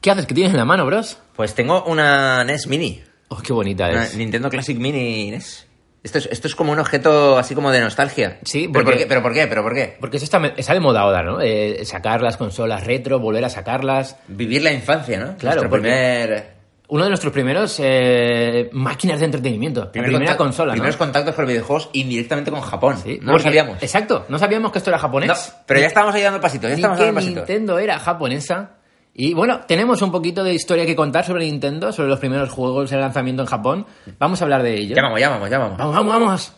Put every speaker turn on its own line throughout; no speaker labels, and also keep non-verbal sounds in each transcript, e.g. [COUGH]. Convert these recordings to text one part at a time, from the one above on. ¿Qué haces? ¿Qué tienes en la mano, bros?
Pues tengo una NES Mini.
Oh, qué bonita
Una
es.
Nintendo Classic Mini NES. Esto es, esto es como un objeto así como de nostalgia.
Sí,
¿Pero por
porque-
qué? ¿Pero por qué? ¿Pero por qué?
Porque eso está, está de moda ahora, ¿no? Eh, sacar las consolas retro, volver a sacarlas.
Vivir la infancia, ¿no?
Claro,
Nuestro
porque-
primer...
Uno de nuestros primeros eh, máquinas de entretenimiento. La
primer
primera
contacto-
consola, ¿no?
Primeros contactos con videojuegos indirectamente con Japón.
Sí,
no lo
porque-
sabíamos.
Exacto, no sabíamos que esto era japonés.
No, pero ya estábamos ahí dando el pasito,
Ni
ya estábamos
que
dando el pasito.
Nintendo era japonesa. Y bueno, tenemos un poquito de historia que contar sobre Nintendo, sobre los primeros juegos de lanzamiento en Japón. Vamos a hablar de ello.
Llamamos, llamamos, llamamos.
Vamos, vamos, vamos.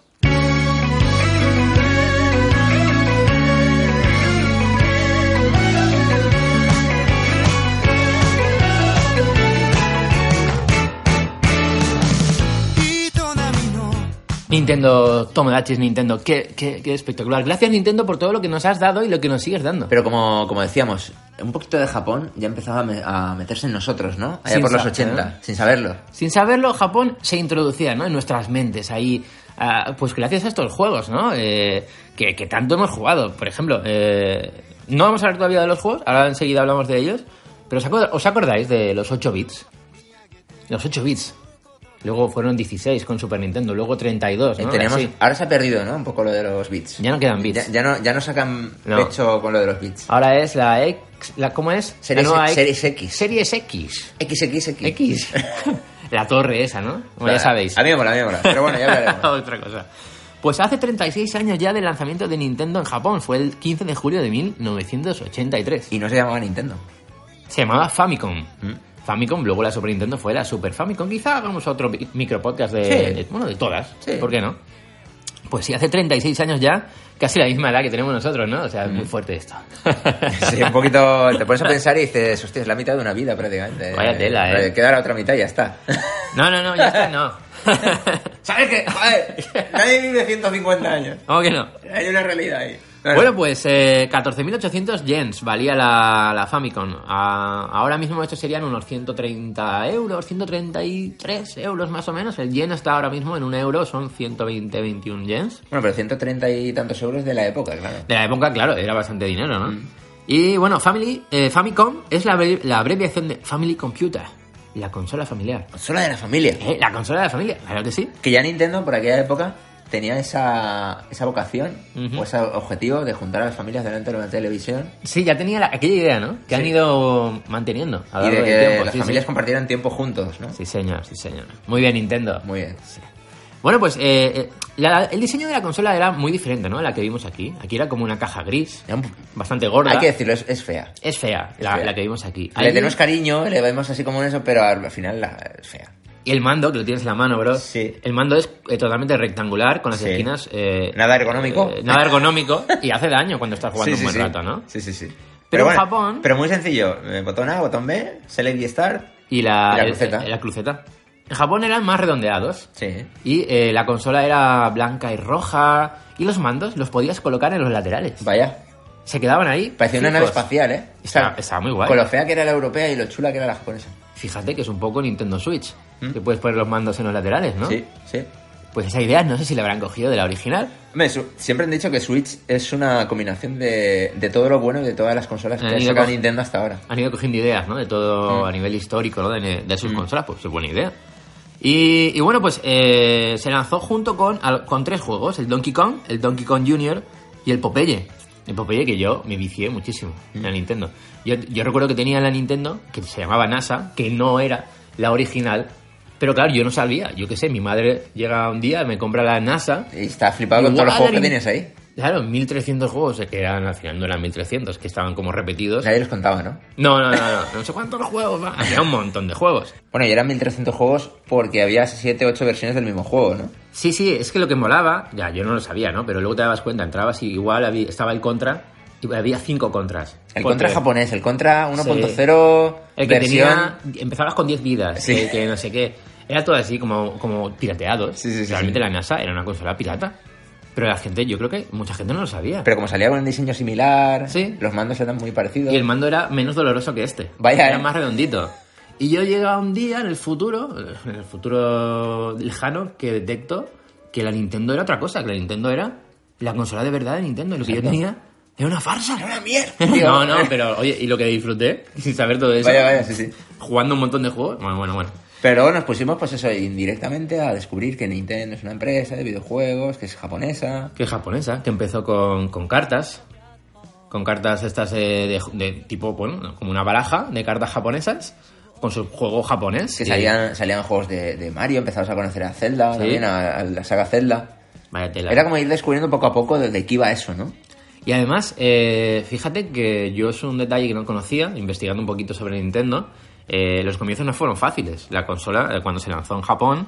Nintendo, Tomodachi es Nintendo, qué, qué, qué espectacular. Gracias Nintendo por todo lo que nos has dado y lo que nos sigues dando.
Pero como, como decíamos, un poquito de Japón ya empezaba a, me- a meterse en nosotros, ¿no? Allá
Sin
por los
sa-
80,
¿eh?
sin saberlo.
Sin saberlo, Japón se introducía ¿no? en nuestras mentes ahí, ah, pues gracias a estos juegos, ¿no? Eh, que, que tanto hemos jugado. Por ejemplo, eh, no vamos a hablar todavía de los juegos, ahora enseguida hablamos de ellos, pero ¿os acord- ¿os acordáis de los 8 bits? Los 8 bits. Luego fueron 16 con Super Nintendo, luego 32,
Eh,
¿no?
teníamos-
Así.
Ahora se ha perdido, ¿no? Un poco lo de los bits.
Ya no quedan bits.
Ya, ya no, ya no Ah, sacan
No.
pecho con lo de los bits.
Ahora es la X, la, ¿cómo es?
Series-
la nueva
Series X.
Series X.
XXX.
X. [LAUGHS] la torre esa, ¿no? Como
Claro,
ya sabéis.
A mí me mola, a mí me mola. Pero bueno, ya [LAUGHS]
[LAUGHS]
hablaremos.
Otra cosa. Pues hace 36 años ya del lanzamiento de Nintendo en Japón, fue el 15 de julio de 1983.
y ¿Mm? no se llamaba Nintendo.
Se llamaba Famicom. Famicom, luego la Super Nintendo fue la Super Famicom. Quizá hagamos otro bi- micropodcast de,
Sí.
de- bueno, de todas.
Sí.
¿Por qué no? Pues sí, hace 36 años ya, casi la misma edad que tenemos nosotros, ¿no? O sea, es
Mm.
muy fuerte
[LAUGHS]
esto.
Sí, un poquito te pones a pensar y dices, hostia, es la mitad de una vida prácticamente.
Vaya tela, ¿eh?
Queda la otra mitad y ya está.
No, no, no, ya está, no.
[LAUGHS]
[LAUGHS]
¿Sabes qué? Joder, nadie vive 150 años.
¿Cómo que no?
Hay una realidad ahí.
Bueno, pues eh, 14.800 yens valía la, la Famicom. Ah, ahora mismo estos serían unos 130 euros, 133 euros más o menos. El yen está ahora mismo en un euro, son 120, 21 yens.
Bueno, pero 130 y tantos euros de la época, claro.
De la época, claro, era bastante dinero, ¿no?
Mm.
Y bueno, Family, eh, Famicom es la, abrevi- la abreviación de Family Computer, la consola familiar.
Consola de la familia.
Eh, La consola de la familia, claro que sí.
Que ya Nintendo por aquella época tenía esa, esa vocación
Ujú.
o ese objetivo de juntar a las familias delante de la televisión
Sí, ya tenía la- aquella idea, ¿no? Que han
Sí.
ido manteniendo a lo
y de
largo
que
del tiempo.
las
sí, sí.
familias compartieran tiempo juntos, ¿no?
Sí, señor, sí, señor. Muy bien, Nintendo.
Muy bien.
Bueno, pues eh, eh, la- el diseño de la consola era muy diferente, ¿no? A La que vimos aquí. Aquí era como una caja gris,
Era un-
bastante gorda.
Hay que decirlo, es, es fea.
es fea, la,
fea.
la que vimos aquí.
Le
Ahí-
tenemos cariño, le vemos así como en eso, pero al final la, es fea.
Y el mando, que lo tienes en la mano, bro.
Sí.
El mando es eh, totalmente rectangular, con las
Sí.
esquinas... eh,
Nada ergonómico.
eh, nada ergonómico. y hace daño cuando estás jugando
[LAUGHS] Sí, sí,
un buen
sí.
rato, ¿no?
Sí, sí, sí. Pero,
en Japón-
Pero muy sencillo. Eh, Botón A, botón B, Select y Start.
Y la,
Y la
el-
cruceta.
el- la cruceta. En Japón eran más redondeados.
Sí.
Y eh, la consola era blanca y roja. Y los mandos los podías colocar en los laterales.
Vaya.
Se quedaban ahí.
Parecía una nave
fijos.
espacial, ¿eh?
Estaba- estaba muy guay.
Con lo fea que era la europea y lo chula que era la japonesa.
Fíjate que es un poco Nintendo Switch. Que puedes poner los mandos en los laterales, ¿no?
Sí, sí.
Pues esa idea no sé si la habrán cogido de la original.
Hombre, su- siempre han dicho que Switch es una combinación de, de todo lo bueno de todas las consolas que
Han
ha
ido
sacado
con-
Nintendo hasta ahora.
Han ido cogiendo ideas, ¿no? De todo a nivel histórico, ¿no? De, de sus consolas, pues es buena idea. Y, y bueno, pues eh, se lanzó junto con, al- con tres juegos. El Donkey Kong, el Donkey Kong Jr. y el Popeye. El Popeye que yo me vicié muchísimo en la Nintendo. Yo, yo recuerdo que tenía la Nintendo, que se llamaba NASA, que no era la original. Pero claro, yo no sabía. Yo qué sé, mi madre llega un día, me compra la NASA
Y está flipado con
Igual
todos los juegos que
en-
tienes ahí.
Claro, 1300 juegos que eran, al final no eran 1300, que estaban como repetidos.
Nadie los Pues contaba, ¿no?
No, no, no, no, no sé cuántos juegos, va. había un montón de juegos.
Bueno, y eran 1300 juegos porque había 7, 8 versiones del mismo juego, ¿no?
Sí, sí, es que lo que molaba, ya yo no lo sabía, ¿no? Pero luego te dabas cuenta, entrabas y igual había- estaba el contra Y había cinco contras.
El contra japonés, el contra 1.0
1.0 Pues El que tenía. Empezabas con 10 vidas.
Sí.
El que no sé qué. Era todo así, como, como pirateado.
Sí, sí, sí,
Realmente
sí.
la NASA era una consola pirata. Pero la gente, yo creo que mucha gente no lo sabía.
Pero como salía con un diseño similar,
Sí.
los mandos eran muy parecidos.
Y el mando era menos doloroso que este.
Vaya,
Era
eh.
más redondito. Y yo llegaba un día en el futuro, en el futuro lejano, que detecto que la Nintendo era otra cosa, que la Nintendo era la consola de verdad de Nintendo. Y lo que yo
Exacto.
tenía era una farsa.
¡Era
[LAUGHS]
una mierda! [LAUGHS] tío!
No, no, pero oye, y lo que disfruté, [LAUGHS] sin saber todo eso,
Vaya, vaya, sí, sí.
jugando un montón de juegos. Bueno, bueno, bueno.
Pero nos pusimos, pues eso, indirectamente a descubrir que Nintendo es una empresa de videojuegos, que es japonesa.
Que es japonesa, que empezó con, con cartas. Con cartas estas eh, de, de tipo, bueno, como una baraja de cartas japonesas, con su juego japonés.
Que
y-
salían, salían juegos de, de Mario, empezamos a conocer a Zelda,
Sí.
también a, a la saga Zelda.
Vaya tela.
Era como ir descubriendo poco a poco desde qué iba eso, ¿no?
Y además, eh, fíjate que yo es un detalle que no conocía, investigando un poquito sobre Nintendo, eh, los comienzos no fueron fáciles. La consola, eh, cuando se lanzó en Japón,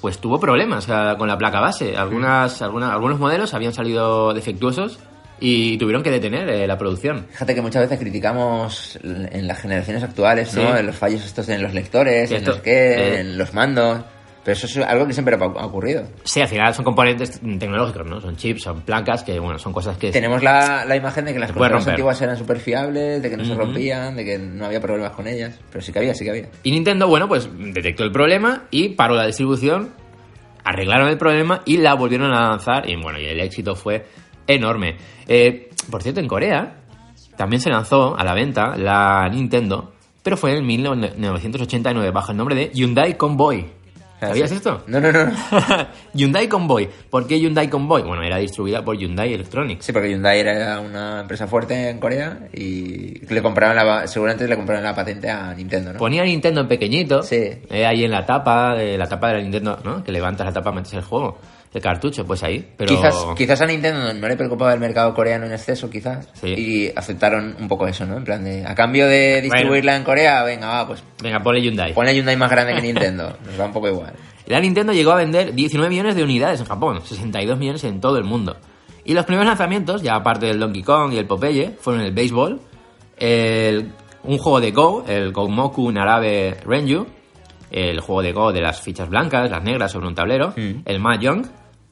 pues tuvo problemas eh, con la placa base. Algunas, alguna- algunos modelos habían salido defectuosos y tuvieron que detener eh, la producción.
Fíjate que muchas veces criticamos l- en las generaciones actuales, ¿no?
Sí.
En los fallos estos en los lectores,
Y
en
esto-
los qué,
eh.
en los mandos. Pero eso es algo que siempre ha ha ocurrido.
Sí, al final son componentes tecnológicos, ¿no? Son chips, son placas, que bueno, son cosas que...
Tenemos la, la imagen de que las
Se puede
consolas
romper.
antiguas eran súper fiables, de que no se
Ujú.
rompían, de que no había problemas con ellas. Pero sí que había, sí que había.
Y Nintendo, bueno, pues detectó el problema y paró la distribución, arreglaron el problema y la volvieron a lanzar. Y bueno, y el éxito fue enorme. Eh, por cierto, en Corea también se lanzó a la venta la Nintendo, pero fue en 1989 bajo el nombre de Hyundai Convoy. ¿Sabías
Ah, Sí.
esto? [LAUGHS]
No, no, no. no.
Hyundai Convoy. ¿Por qué Hyundai Convoy? Bueno, era distribuida por Hyundai Electronics.
Sí, porque Hyundai era una empresa fuerte en Corea y le compraron la, seguramente le compraron la patente a Nintendo, ¿no?
Ponía Nintendo en pequeñito.
Sí.
eh, ahí en la tapa, de la tapa de la Nintendo, ¿no? Que levantas la tapa, metes el juego. El cartucho, pues ahí. Pero...
Quizás, quizás a Nintendo no le preocupaba el mercado coreano en exceso, quizás.
Sí.
Y aceptaron un poco eso, ¿no? En plan de, a cambio de distribuirla en Corea, venga, va, pues
Venga, ponle Hyundai.
ponle Hyundai más grande que Nintendo.
[LAUGHS]
Nos va un poco igual.
La Nintendo llegó a vender 19 millones de unidades en Japón, 62 millones en todo el mundo. Y los primeros lanzamientos, ya aparte del Donkey Kong y el Popeye, fueron el béisbol, el- un juego de Go, el Gomoku Narabe Renju, el juego de Go de las fichas blancas, las negras sobre un tablero,
Mm.
el Mahjong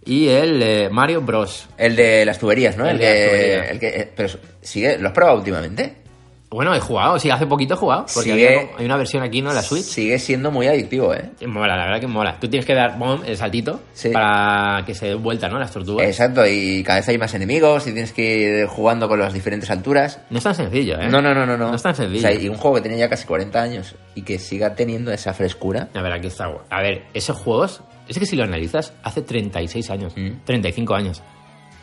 y el eh, Mario Bros.
El de las tuberías, ¿no?
El
El,
de las
que,
tuberías.
el que. eh, Pero sigue, ¿lo has probado últimamente?
Bueno, he jugado, sí, hace poquito he jugado, porque
Sigue-
había- hay una versión aquí, ¿no? La Switch.
Sigue siendo muy adictivo, ¿eh?
Que Mola, la verdad que mola. Tú tienes que dar bom, el saltito
Sí.
para que se den vuelta, ¿no? Las tortugas.
Exacto, y cada vez hay más enemigos y tienes que ir jugando con las diferentes alturas.
No es tan sencillo, ¿eh?
No, no, no, no, no.
No es tan sencillo.
O sea, y un juego que tiene ya casi 40 años y que siga teniendo esa frescura.
La verdad que está guay. A ver, esos juegos, es que si lo analizas, hace 36 años,
Mm.
35 años.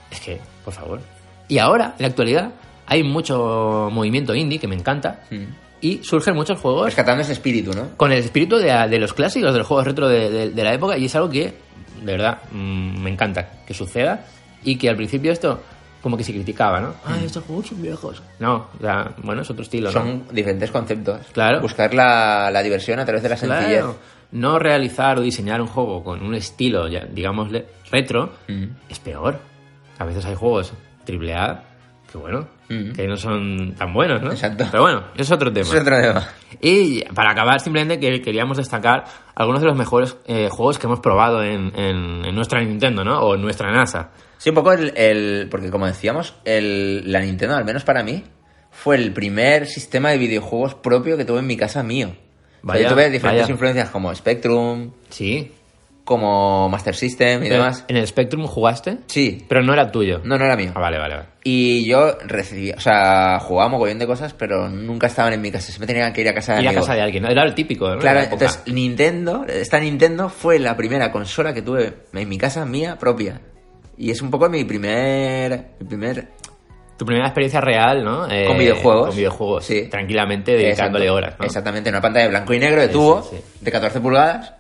Es que, por favor. Y ahora, en la actualidad, hay mucho movimiento indie que me encanta
Mm.
y surgen muchos juegos
Rescatando ese espíritu, ¿no?
con el espíritu de, la- de los clásicos, de los juegos retro de, de- de la época, y es algo que, de verdad, mm, me encanta que suceda, y que al principio esto como que se criticaba, ¿no? Ay, estos juegos son viejos. No, o sea, bueno, es otro estilo, ¿no?
Mm. Son diferentes conceptos.
Claro.
Buscar la, la diversión a través de la
Claro,
sencillez.
No realizar o diseñar un juego con un estilo, ya, digámosle, retro,
Hmm.
es peor. A veces hay juegos AAA que, bueno,
Mm.
que no son tan buenos, ¿no?
Exacto.
Pero bueno, es otro tema.
Es otro tema.
Y para acabar, simplemente que queríamos destacar algunos de los mejores eh, juegos que hemos probado en, en- en nuestra Nintendo, ¿no? O en nuestra NASA.
Sí, un poco el. el- porque como decíamos, el, la Nintendo, al menos para mí, fue el primer sistema de videojuegos propio que tuve en mi casa mío. O sea,
Vaya,
yo tuve diferentes
vaya.
influencias como Spectrum,
Sí.
como Master System y demás.
En el Spectrum jugaste,
Sí.
pero no era tuyo.
No, no era mío.
Ah, vale, vale, vale.
Y yo recibía, o sea, jugaba mogollón de cosas, pero nunca estaban en mi casa. Siempre tenía que ir a casa de
Ir a
amigos.
casa de alguien, ¿no? Era el típico, ¿no?
Claro,
De la época.
entonces Nintendo, esta Nintendo fue la primera consola que tuve en mi casa mía propia. Y es un poco mi primer. Mi primer
Tu primera experiencia real, ¿no? Eh,
Con videojuegos.
Con videojuegos,
Sí.
Tranquilamente, dedicándole
eh, Exacto.
horas, ¿no?
Exactamente, una pantalla de blanco y negro de
Sí,
tubo,
sí, sí.
de 14 pulgadas,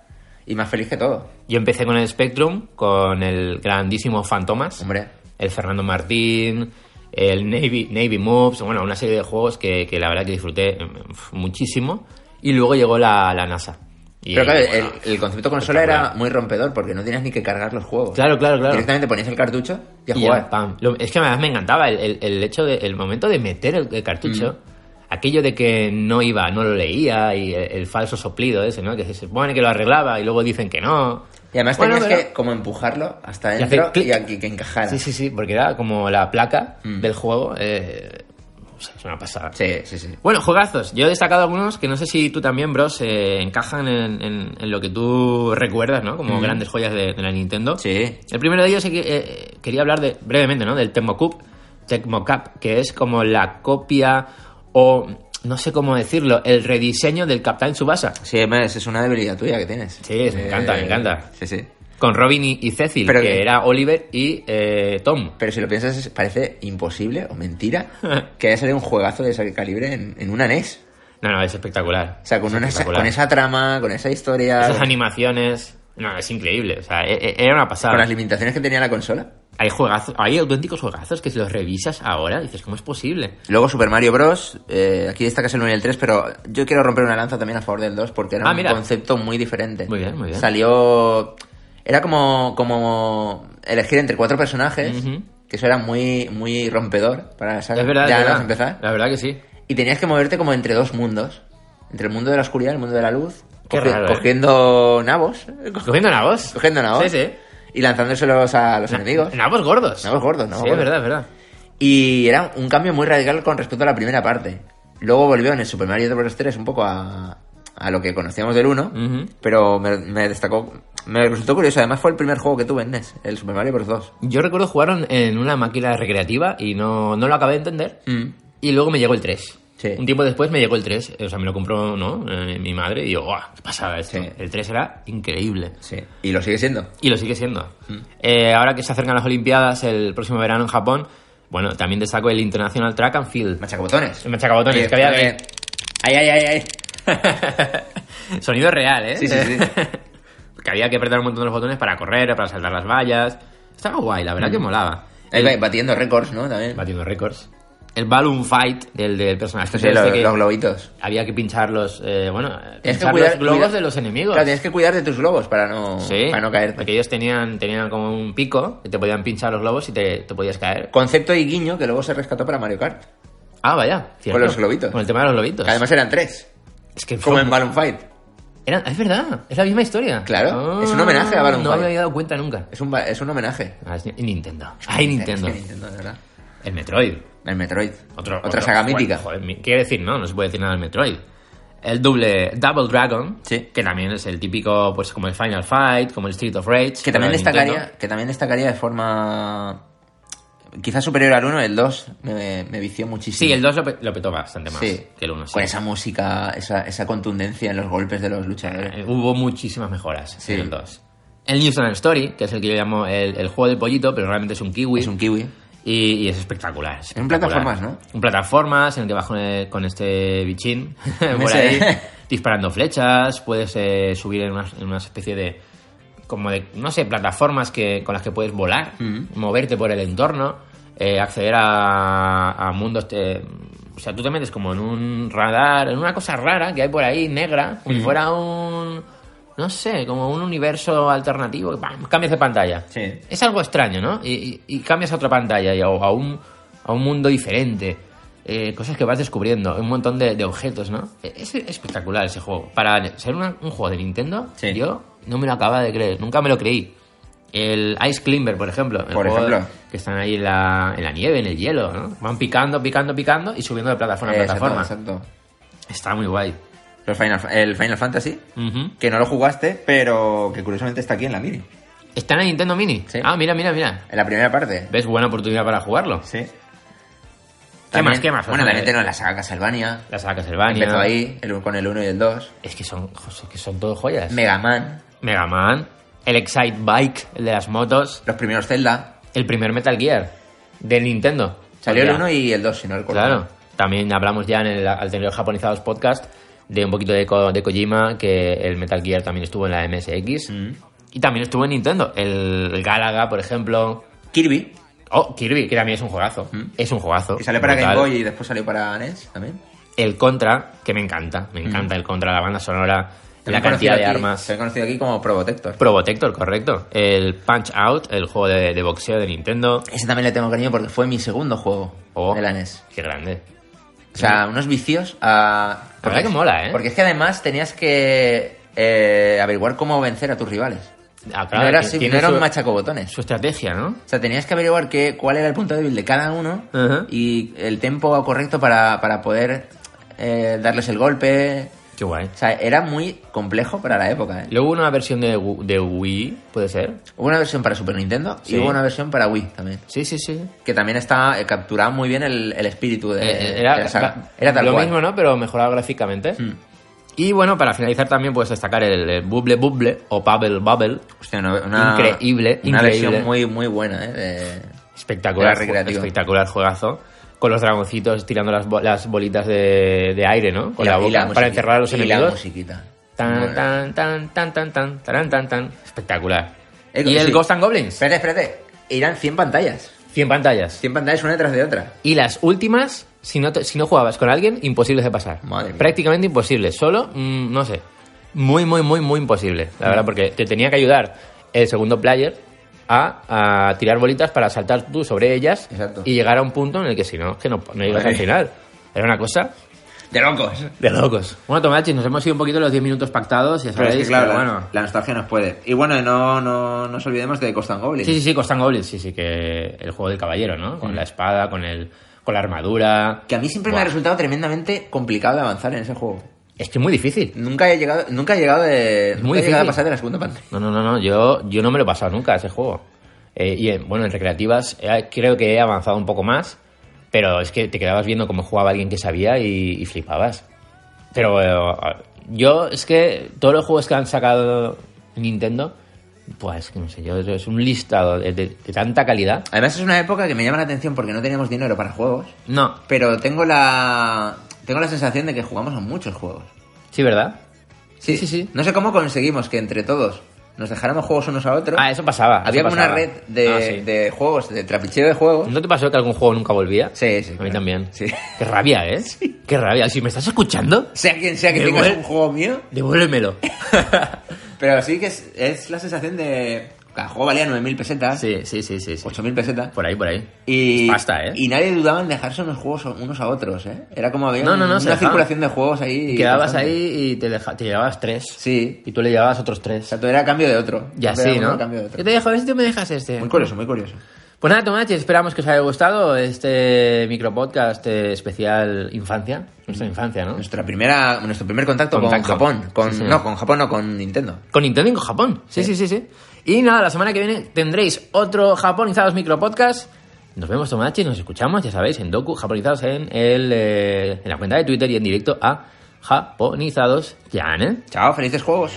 y más feliz que todo.
Yo empecé con el Spectrum, con el grandísimo Fantomas.
Hombre,
el Fernando Martín, el Navy, Navy Moves, bueno, una em, serie de juegos que, que la verdad que disfruté mm, muchísimo. Y luego llegó la, la NASA. Y,
Pero claro,
bueno,
el, el concepto consola era
espectacular.
muy rompedor porque no tenías ni que cargar los juegos.
Claro, claro, claro.
Directamente ponías el cartucho y a
Y
jugar.
ya, pam. Lo- es que además me encantaba el, el- el hecho de, el momento de meter el, el cartucho.
Mm.
Aquello de que no iba, no lo leía y el, el falso soplido ese, ¿no? Que se supone que lo arreglaba y luego dicen que no.
Y además
Bueno,
tenías
pero-
que como empujarlo hasta
Y hacer
adentro y,
clic.
aquí que encajara.
Sí,
Sí,
sí, sí, porque era como la placa
Mm.
del juego. eh, o sea, es una pasada.
sí, sí. sí.
Bueno, juegazos. Yo he destacado algunos que no sé si tú también, bros, se encajan en, en- en lo que tú recuerdas, ¿no? Como grandes joyas de, de la Nintendo. El primero de ellos eh, eh, quería hablar de, brevemente, ¿no? Del Tecmo Cup, Tecmo Cup, que es como la copia o no sé cómo decirlo, el rediseño del Captain Subasa
Sí, además, esa es una debilidad tuya que tienes. Eh,
Sí, me encanta, me encanta.
Sí, sí.
con Robin y, y Cecil,
Pero
que
que-
era Oliver y eh, Tom.
Pero si lo piensas, es- parece imposible o
[LAUGHS]
mentira que haya salido un juegazo de ese calibre en, en una NES.
No, no, es espectacular.
O sea, con,
Es
una,
espectacular.
con esa trama, con esa historia,
esas animaciones, no, es increíble. O sea, e- e- era una pasada.
con las limitaciones que tenía la consola.
Hay juegazos, hay auténticos juegazos que si los revisas ahora dices, ¿cómo es posible?
Luego Super Mario Bros. eh, aquí destacas el 1 y el 3, pero yo quiero romper una lanza también a favor del 2 porque era
Ah,
un
mira.
concepto muy diferente.
Muy bien, muy bien.
Salió. Era como, como elegir entre cuatro personajes,
Ujú.
que eso era muy, muy rompedor para la saga.
Es verdad, es
ya no
verdad.
vas a empezar.
La verdad que sí.
Y tenías que moverte como entre dos mundos: entre el mundo de la oscuridad y el mundo de la luz.
Qué
cogi-
raro, ¿eh?
cogiendo nabos.
Cogiendo nabos.
Cogiendo nabos.
Sí, sí.
[LAUGHS] Y lanzándoselos a los
Na-
enemigos.
Nabos gordos.
Nabos gordos, nabos
Sí, es
gordos.
verdad, es verdad.
Y era un cambio muy radical con respecto a la primera parte. Luego volvió en el Super Mario Bros. 3 un poco a, a lo que conocíamos del 1,
Ujú.
pero me, me destacó, me resultó curioso. Además fue el primer juego que tuve en NES, el Super Mario Bros. 2.
Yo recuerdo jugaron en una máquina recreativa y no, no lo acabé de entender.
Mm.
Y luego me llegó el 3.
Sí.
Un tiempo después me llegó el 3. O sea, me lo compró ¿no? Eh, mi madre y yo, ¡guau! ¡Qué pasada esto!
Sí.
El 3 era increíble.
Sí, y lo sigue siendo.
Y lo sigue siendo.
Mm.
Eh, ahora que se acercan las Olimpiadas el próximo verano en Japón, bueno, también destaco el International Track and Field.
Machacabotones.
El machacabotones, que había ahí.
Ay, ay, ay, ay.
[LAUGHS] Sonido real, ¿eh?
Sí, sí, sí.
que había que apretar un montón de los botones para correr, para saltar las vallas. Estaba guay, la verdad
Mm.
que molaba.
Ahí
El-
va, batiendo récords, ¿no? También.
batiendo récords. El Balloon Fight, del, del personaje.
Sí,
este
los,
que
los globitos.
había que pinchar los. eh, bueno,
Tienes que
pinchar
cuidar-
los globos
cuidar-
de los enemigos.
Claro, tienes que cuidar de tus globos para no,
Sí,
para no caerte.
porque ellos tenían, tenían como un pico que te podían pinchar los globos y te, te podías caer.
Concepto y guiño que luego se rescató para Mario Kart.
Ah, vaya. cierto.
los globitos.
Con el tema de los globitos.
Que además eran tres.
es que
Como
fue-
en Balloon Fight.
era- es verdad, es la misma historia.
Claro,
Ah,
es un homenaje a Balloon
No
Fight.
me había dado cuenta nunca.
Es un, ba- es un homenaje.
Ah, es- y Nintendo. Ay, Nintendo.
Es que Nintendo, de verdad.
El Metroid.
El Metroid.
Otro-
Otra
otro-
saga
bueno,
mítica.
Joder, mi- quiere decir, no, no se puede decir nada del Metroid. El doble Double Dragon,
Sí.
que también es el típico, pues como el Final Fight, como el Street of Rage.
que,
pero
también
de
destacaría,
Nintendo.
que también destacaría de forma... Quizás superior al 1, el 2 me, me vició muchísimo.
Sí, el 2 lo, pe- lo petó bastante más
Sí.
que el 1.
Con esa música, esa, esa contundencia en los golpes de los luchadores.
Eh, Hubo muchísimas mejoras
Sí.
en el 2. El New Zealand Story, que es el que yo llamo el, el juego del pollito, pero realmente es un kiwi.
Es un kiwi.
Y, y es espectacular. Es
En
espectacular.
plataformas, ¿no?
En plataformas, en el que vas con, eh, con este bichín [LAUGHS] por
Ese.
ahí, disparando flechas, puedes eh, subir en una, en una especie de, como de, no sé, plataformas que, con las que puedes volar,
Mm.
moverte por el entorno, eh, acceder a, a mundos... eh, o sea, tú te metes como en un radar, en una cosa rara que hay por ahí, negra, como
Mm.
si fuera un... No sé, como un universo alternativo, que ¡pam! cambias de pantalla.
Sí.
Es algo extraño, ¿no? Y, y- y cambias a otra pantalla y a, a un, a un mundo diferente. Eh, cosas que vas descubriendo, un montón de, de objetos, ¿no? E- Es espectacular ese juego. Para ser una- un juego de Nintendo,
Sí.
yo no me lo acababa de creer, nunca me lo creí. El Ice Climber, por ejemplo. el
Por
juego
ejemplo.
Que están ahí en la, en la nieve, en el hielo, ¿no? Van picando, picando, picando y subiendo de plataforma a
Eh,
plataforma.
Exacto, exacto.
Está muy guay.
Los Final- el Final Fantasy,
Ujú.
que no lo jugaste, pero que curiosamente está aquí en la mini.
Está en la Nintendo Mini.
Sí.
Ah, mira, mira, mira.
En la primera parte.
¿Ves? Buena oportunidad para jugarlo.
Sí. ¿Qué
más, qué más?
Bueno,
Ojalá.
también tenemos la saga Castlevania.
La saga Castlevania.
Empezó ahí, el- con el 1 y el 2.
Es que son, José, que son todo joyas.
Mega Man,
Mega Man, el Excite Bike, el de las motos,
los primeros Zelda.
el primer Metal Gear de Nintendo.
Salió el
Porque-
1 y el 2, si no recuerdo.
Claro. También hablamos ya en el anterior Japonizados podcast de un poquito de, Ko- de Kojima, que el Metal Gear también estuvo en la MSX.
Mm.
Y también estuvo en Nintendo. El Galaga, por ejemplo.
Kirby,
Oh, Kirby, que también es un juegazo. Es un juegazo.
que salió Mm. para
Brutal.
Game Boy y después salió para NES también.
el Contra, que me encanta, me encanta el Contra, la banda sonora, la
Mm. También conocido
cantidad de
aquí-
armas.
Se ha conocido aquí como Probotector.
Probotector, correcto. El Punch Out, el juego de, de boxeo de Nintendo.
Ese también le tengo cariño porque fue mi segundo juego
Oh,
de la E NES.
Qué grande.
O sea, unos vicios a...
La verdad que mola, ¿eh?
Porque es que además tenías que eh, averiguar cómo vencer a tus rivales.
Ah, claro,
no era,
ti-
así-
tiene
no era
su-
un machacobotones.
Su estrategia, ¿no?
O sea, tenías que averiguar qué, cuál era el punto débil de cada uno
Ajá.
y el tiempo correcto para, para poder eh, darles el golpe.
Qué guay.
O sea, era muy complejo para la época. ¿eh?
Luego hubo una versión de, Wu- de Wii, ¿puede ser?
Hubo una versión para Super Nintendo
Sí.
y hubo una versión para Wii también.
Sí, sí, sí.
Que también está eh, capturaba muy bien el, el espíritu de,
Eh,
de
era
la saga. Era tal
lo
cual.
mismo, ¿no? Pero mejorado gráficamente.
Mm.
Y bueno, para finalizar también puedes destacar el, eh, Bubble Bubble o Bubble Bubble.
Hostia, una, una-
Increíble,
Una
increíble.
versión muy, muy buena, ¿eh? de-
Espectacular,
Era recreativo.
espectacular juegazo. Con los dragoncitos tirando las, bo- las bolitas de, de aire, ¿no? Con
y
la,
y
boca para
musiquita-
encerrar a los
y La
enemigos.
musiquita.
Tan,
Bueno.
tan, tan, tan, tan, tan, tan, tan, tan. Espectacular.
Eh,
y el
sí.
Ghost and Goblins.
Espérate, espérate. Eran 100 pantallas.
100 pantallas.
100 pantallas una tras de otra.
Y las últimas, si no, te- si no jugabas con alguien, imposibles de pasar.
Madre mía.
Prácticamente imposibles. Solo, mm, no sé. Muy, muy, muy, muy imposible. La verdad, porque te tenía que ayudar el segundo player a, a tirar bolitas para saltar tú sobre ellas
Exacto.
y llegar a un punto en el que si no, es que no, no llegas
Madre
al final. Era una cosa
De locos.
de locos. Bueno, Tomachi, nos hemos ido un poquito los 10 minutos pactados, ya
Pero
sabéis.
es que, claro,
pero
la,
bueno.
la nostalgia nos puede. Y bueno, no, no, no nos olvidemos de Costa Goblin.
Sí, sí, sí, Constant Goblins, sí, sí, que el juego del caballero, ¿no? Con la espada, con el con la armadura.
Que a mí siempre me
Buah.
ha resultado tremendamente complicado de avanzar en ese juego.
Es que es muy difícil.
Nunca he llegado, nunca he llegado de.
muy
nunca he
difícil.
llegado a pasar de la segunda pantalla.
No, no, no, no. Yo, yo no me lo he pasado nunca ese juego. Eh, y en- bueno, en recreativas eh, creo que he avanzado un poco más, pero es que te quedabas viendo cómo jugaba alguien que sabía y, y flipabas. Pero eh, yo es que todos los juegos que han sacado Nintendo, pues que no sé, yo es un listado de, de- de tanta calidad.
Además, es una época que me llama la atención porque no teníamos dinero para juegos.
No,
Pero tengo la. Tengo la sensación de que jugamos a muchos juegos.
sí, ¿verdad? Sí, sí, sí.
No sé cómo conseguimos que entre todos nos dejáramos juegos unos a otros.
Ah, eso pasaba. eso
Había como una
pasaba.
red de,
Ah, sí.
de juegos, de trapicheo de juegos.
¿No te pasó que algún juego nunca volvía?
Sí,
A
sí,
mí
claro.
también.
Sí.
Qué rabia,
[LAUGHS]
¿eh? Qué rabia. Si me estás escuchando,
Sea quien sea que
Qué
tengas
bueno.
un juego mío.
Devuélvemelo.
Pero sí que es, es la sensación de. Cada juego valía 9.000 pesetas,
sí, sí, sí, sí. sí.
8.000 pesetas.
Por ahí, por ahí.
Y,
Es pasta, ¿eh?
y nadie dudaba en dejarse unos juegos unos a otros, ¿eh? Era como había
No, no, no,
una
se dejaban.
circulación de juegos ahí.
Y quedabas
constante.
ahí y te, deja- te llevabas tres.
Sí.
Y tú le llevabas otros
O
tres.
sea, todo era cambio de otro.
Y
Siempre
así,
era uno
¿no?
a cambio de otro.
Yo te dejo, a ver si tú me dejas este.
Muy curioso, muy curioso.
Pues nada, Tomachi, esperamos que os haya gustado este micropodcast eh, especial infancia.
Mm.
Nuestra infancia, ¿no?
Nuestra primera, nuestro primer contacto,
Contacto.
con Japón. Con,
Sí, señor.
no, con Japón, no, con Nintendo.
Con Nintendo en Japón. Sí, sí, sí, sí. Y nada, la semana que viene tendréis otro Japonizados Micropodcast. Nos vemos, Tomachi, nos escuchamos, ya sabéis, en Doku, Japonizados en, el, eh, en la cuenta de Twitter y en directo a Japonizados. Ya, ¿eh?
Chao, felices juegos.